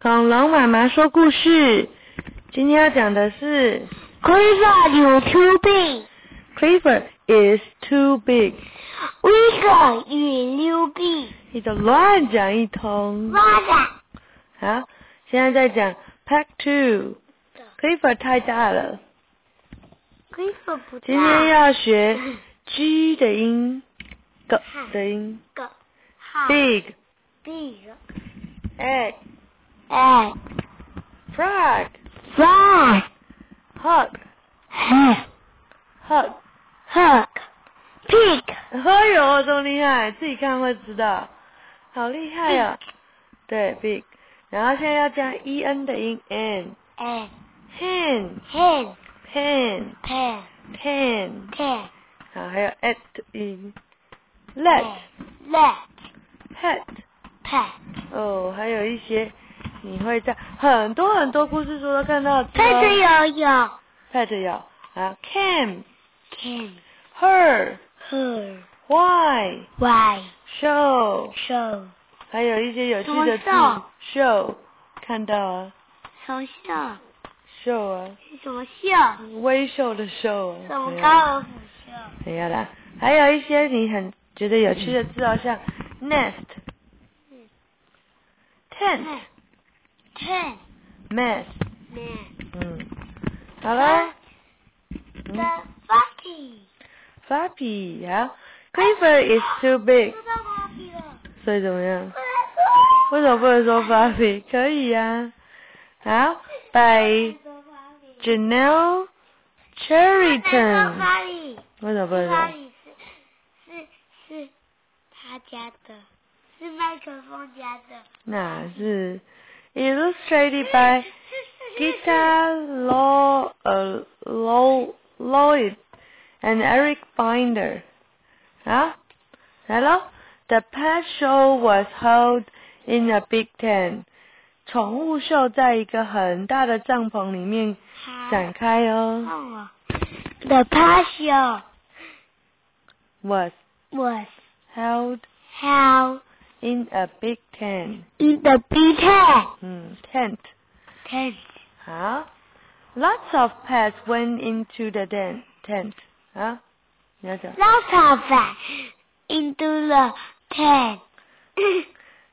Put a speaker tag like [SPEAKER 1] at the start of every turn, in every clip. [SPEAKER 1] 恐龙妈妈说故事，今天要讲的是
[SPEAKER 2] Quiver, you're too big.
[SPEAKER 1] Clifford is too big，
[SPEAKER 2] Weaver, you're too big.
[SPEAKER 1] 你就乱讲一通。
[SPEAKER 2] Mother,
[SPEAKER 1] 好，现在在讲 Pack Two。Clifford 太大了，
[SPEAKER 2] Quiver 不
[SPEAKER 1] 今天要学 G 的音，g 的音
[SPEAKER 2] 个好
[SPEAKER 1] ，big
[SPEAKER 2] big
[SPEAKER 1] egg
[SPEAKER 2] egg
[SPEAKER 1] frog
[SPEAKER 2] frog
[SPEAKER 1] hug
[SPEAKER 2] hug
[SPEAKER 1] hug。
[SPEAKER 2] hug pig
[SPEAKER 1] 哎呦，这么厉害，自己看会知道，好厉害呀、
[SPEAKER 2] 嗯
[SPEAKER 1] 对，big，然后现在要加 e n 的音 n，hand
[SPEAKER 2] and hen
[SPEAKER 1] pan
[SPEAKER 2] pen
[SPEAKER 1] pan，
[SPEAKER 2] pen
[SPEAKER 1] 好，还有 at 的音，let
[SPEAKER 2] 哦 let
[SPEAKER 1] pet，
[SPEAKER 2] pet
[SPEAKER 1] 哦，还有一些你会在很多很多故事书都看到的哦。
[SPEAKER 2] 有有
[SPEAKER 1] pet 有啊，can
[SPEAKER 2] can
[SPEAKER 1] her
[SPEAKER 2] her
[SPEAKER 1] why
[SPEAKER 2] why
[SPEAKER 1] show，
[SPEAKER 2] show
[SPEAKER 1] 还有一些有趣的字
[SPEAKER 2] 什么
[SPEAKER 1] show，看到啊
[SPEAKER 2] 什么秀？
[SPEAKER 1] show 啊。
[SPEAKER 2] 是什么秀？
[SPEAKER 1] 微笑的笑啊，
[SPEAKER 2] 什么
[SPEAKER 1] 对啊
[SPEAKER 2] 高尔夫球
[SPEAKER 1] 没有啦，还有一些你很觉得有趣的字哦，像 nest、
[SPEAKER 2] 嗯
[SPEAKER 1] tent、
[SPEAKER 2] ？Ten
[SPEAKER 1] mess，
[SPEAKER 2] man
[SPEAKER 1] 嗯，好
[SPEAKER 2] 啊
[SPEAKER 1] 啦
[SPEAKER 2] the fucking。
[SPEAKER 1] ，floppy 啊，Clifford is too big，
[SPEAKER 2] 知道芭比了。
[SPEAKER 1] 所以怎么样？
[SPEAKER 2] 快
[SPEAKER 1] 为
[SPEAKER 2] 来
[SPEAKER 1] 什么不能说 floppy？可以呀、啊，好，by
[SPEAKER 2] 说芭比。
[SPEAKER 1] Janelle
[SPEAKER 2] 快来说
[SPEAKER 1] Cherryton，
[SPEAKER 2] 芭比。
[SPEAKER 1] 为什么不能
[SPEAKER 2] 芭
[SPEAKER 1] 说？
[SPEAKER 2] 比是是是他家的，是麦克风家的。
[SPEAKER 1] 那是 illustrated by。Gita Lo, uh, Lo, Lloyd and Eric Binder. Huh? Hello? The pet show was held in a big tent. 宠物秀在一个很大的帐篷里面展开哦。
[SPEAKER 2] 好。我。The passion
[SPEAKER 1] Was
[SPEAKER 2] was
[SPEAKER 1] held
[SPEAKER 2] held
[SPEAKER 1] in a big tent.
[SPEAKER 2] in the Peter
[SPEAKER 1] 嗯，tent.
[SPEAKER 2] tent.
[SPEAKER 1] 好，Lots of pets went into the den- tent. 啊，你要讲。
[SPEAKER 2] Lots of fun into the tent.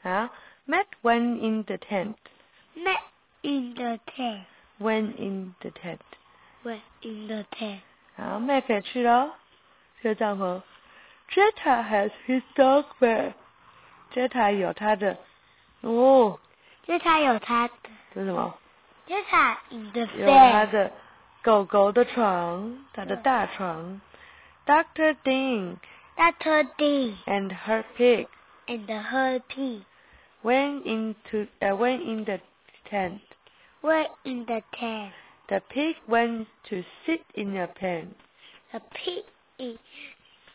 [SPEAKER 1] Huh? Matt went in the tent.
[SPEAKER 2] Met in the tent.
[SPEAKER 1] Went in the tent.
[SPEAKER 2] Went in the tent.
[SPEAKER 1] 好，Matt 也去了。这个帐篷。Jetta has his dog there. Jetta 有他的。哦，
[SPEAKER 2] 这塔有他的，
[SPEAKER 1] 这是什么？
[SPEAKER 2] 这塔 in the
[SPEAKER 1] 有他
[SPEAKER 2] tent.
[SPEAKER 1] 的狗狗的床，他的大床。Doctor Ding
[SPEAKER 2] That her day
[SPEAKER 1] and her pig
[SPEAKER 2] and her pig
[SPEAKER 1] went into uh, went in the tent.
[SPEAKER 2] were in the tent.
[SPEAKER 1] The pig went to sit in a pen.
[SPEAKER 2] The pig is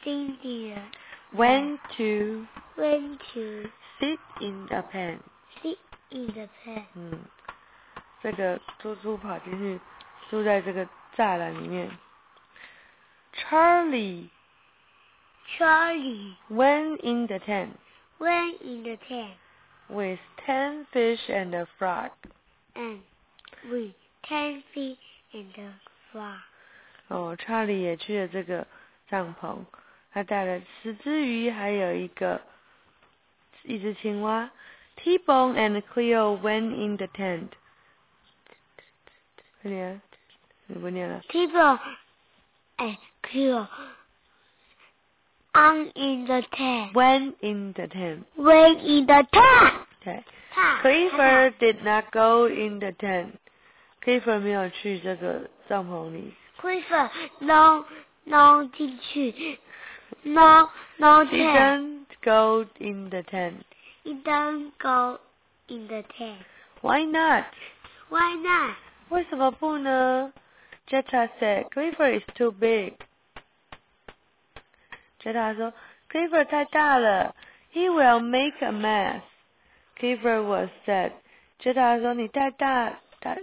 [SPEAKER 2] India
[SPEAKER 1] Went to
[SPEAKER 2] went to
[SPEAKER 1] sit in a pen.
[SPEAKER 2] sleep in the tent.
[SPEAKER 1] 嗯，这个猪猪跑进去，住在这个栅栏里面。Charlie
[SPEAKER 2] Charlie
[SPEAKER 1] went in the tent
[SPEAKER 2] went in the tent
[SPEAKER 1] with ten fish and a frog.
[SPEAKER 2] and with ten feet and the frog.
[SPEAKER 1] 哦，查理也去了这个帐篷，他带了十只鱼，还有一个一只青蛙。T-Bone and Cleo went in the tent. 快点，你不念了。
[SPEAKER 2] People and crew on in the tent.
[SPEAKER 1] Went in the tent.
[SPEAKER 2] Went in the tent.
[SPEAKER 1] 对。
[SPEAKER 2] Tent.
[SPEAKER 1] Clifford did not go in the tent. Clifford 没有去这个帐篷里。
[SPEAKER 2] Clifford 捞捞进去，捞捞
[SPEAKER 1] He
[SPEAKER 2] 进
[SPEAKER 1] didn't go in the tent.
[SPEAKER 2] It don't go in the tent.
[SPEAKER 1] Why not?
[SPEAKER 2] Why not?
[SPEAKER 1] 为什么不呢？Jetta said Clifford is too big. Jetta 说 Clifford 太大了，He will make a mess. Clifford was sad. Jetta 说你太大，他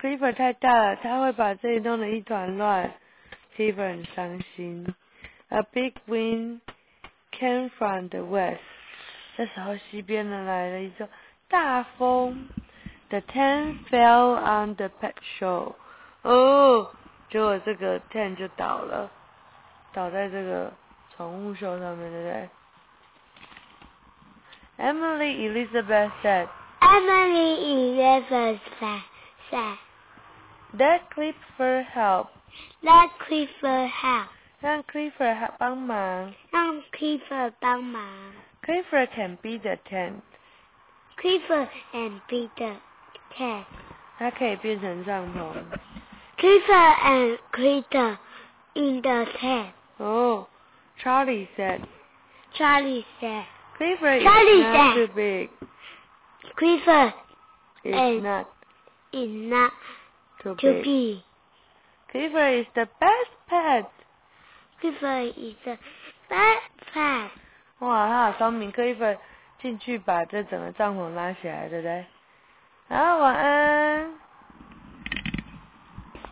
[SPEAKER 1] Clifford 太大了，他会把这里弄得一团乱。Clifford 很伤心。A big wind came from the west. 这时候西边呢来了一阵大风。 The tent fell on the pet show. Oh, 哦，结果这个 tent 就倒了，倒在这个宠物秀上面，对不对？Emily Elizabeth said
[SPEAKER 2] Emily Elizabeth said
[SPEAKER 1] that Clifford help.
[SPEAKER 2] let Clifford help，
[SPEAKER 1] 让 Clifford ha- 帮忙。
[SPEAKER 2] 让 Clifford 帮忙。
[SPEAKER 1] Clifford can be the tent，
[SPEAKER 2] Clifford and Peter tent.
[SPEAKER 1] 它可以变成帐篷。
[SPEAKER 2] Clifford and Peter in the tent.
[SPEAKER 1] 哦，Charlie said
[SPEAKER 2] Charlie said
[SPEAKER 1] Clifford is
[SPEAKER 2] Charlie
[SPEAKER 1] not
[SPEAKER 2] said-
[SPEAKER 1] too big.
[SPEAKER 2] Clifford
[SPEAKER 1] It's
[SPEAKER 2] Hey.
[SPEAKER 1] not
[SPEAKER 2] is not
[SPEAKER 1] too
[SPEAKER 2] to
[SPEAKER 1] big.
[SPEAKER 2] be.
[SPEAKER 1] Clifford is the best pet.
[SPEAKER 2] Clifford is a bad pet.
[SPEAKER 1] 哇，他好聪明，可以把进去把这整个帐篷拉起来，对不对？好，晚安。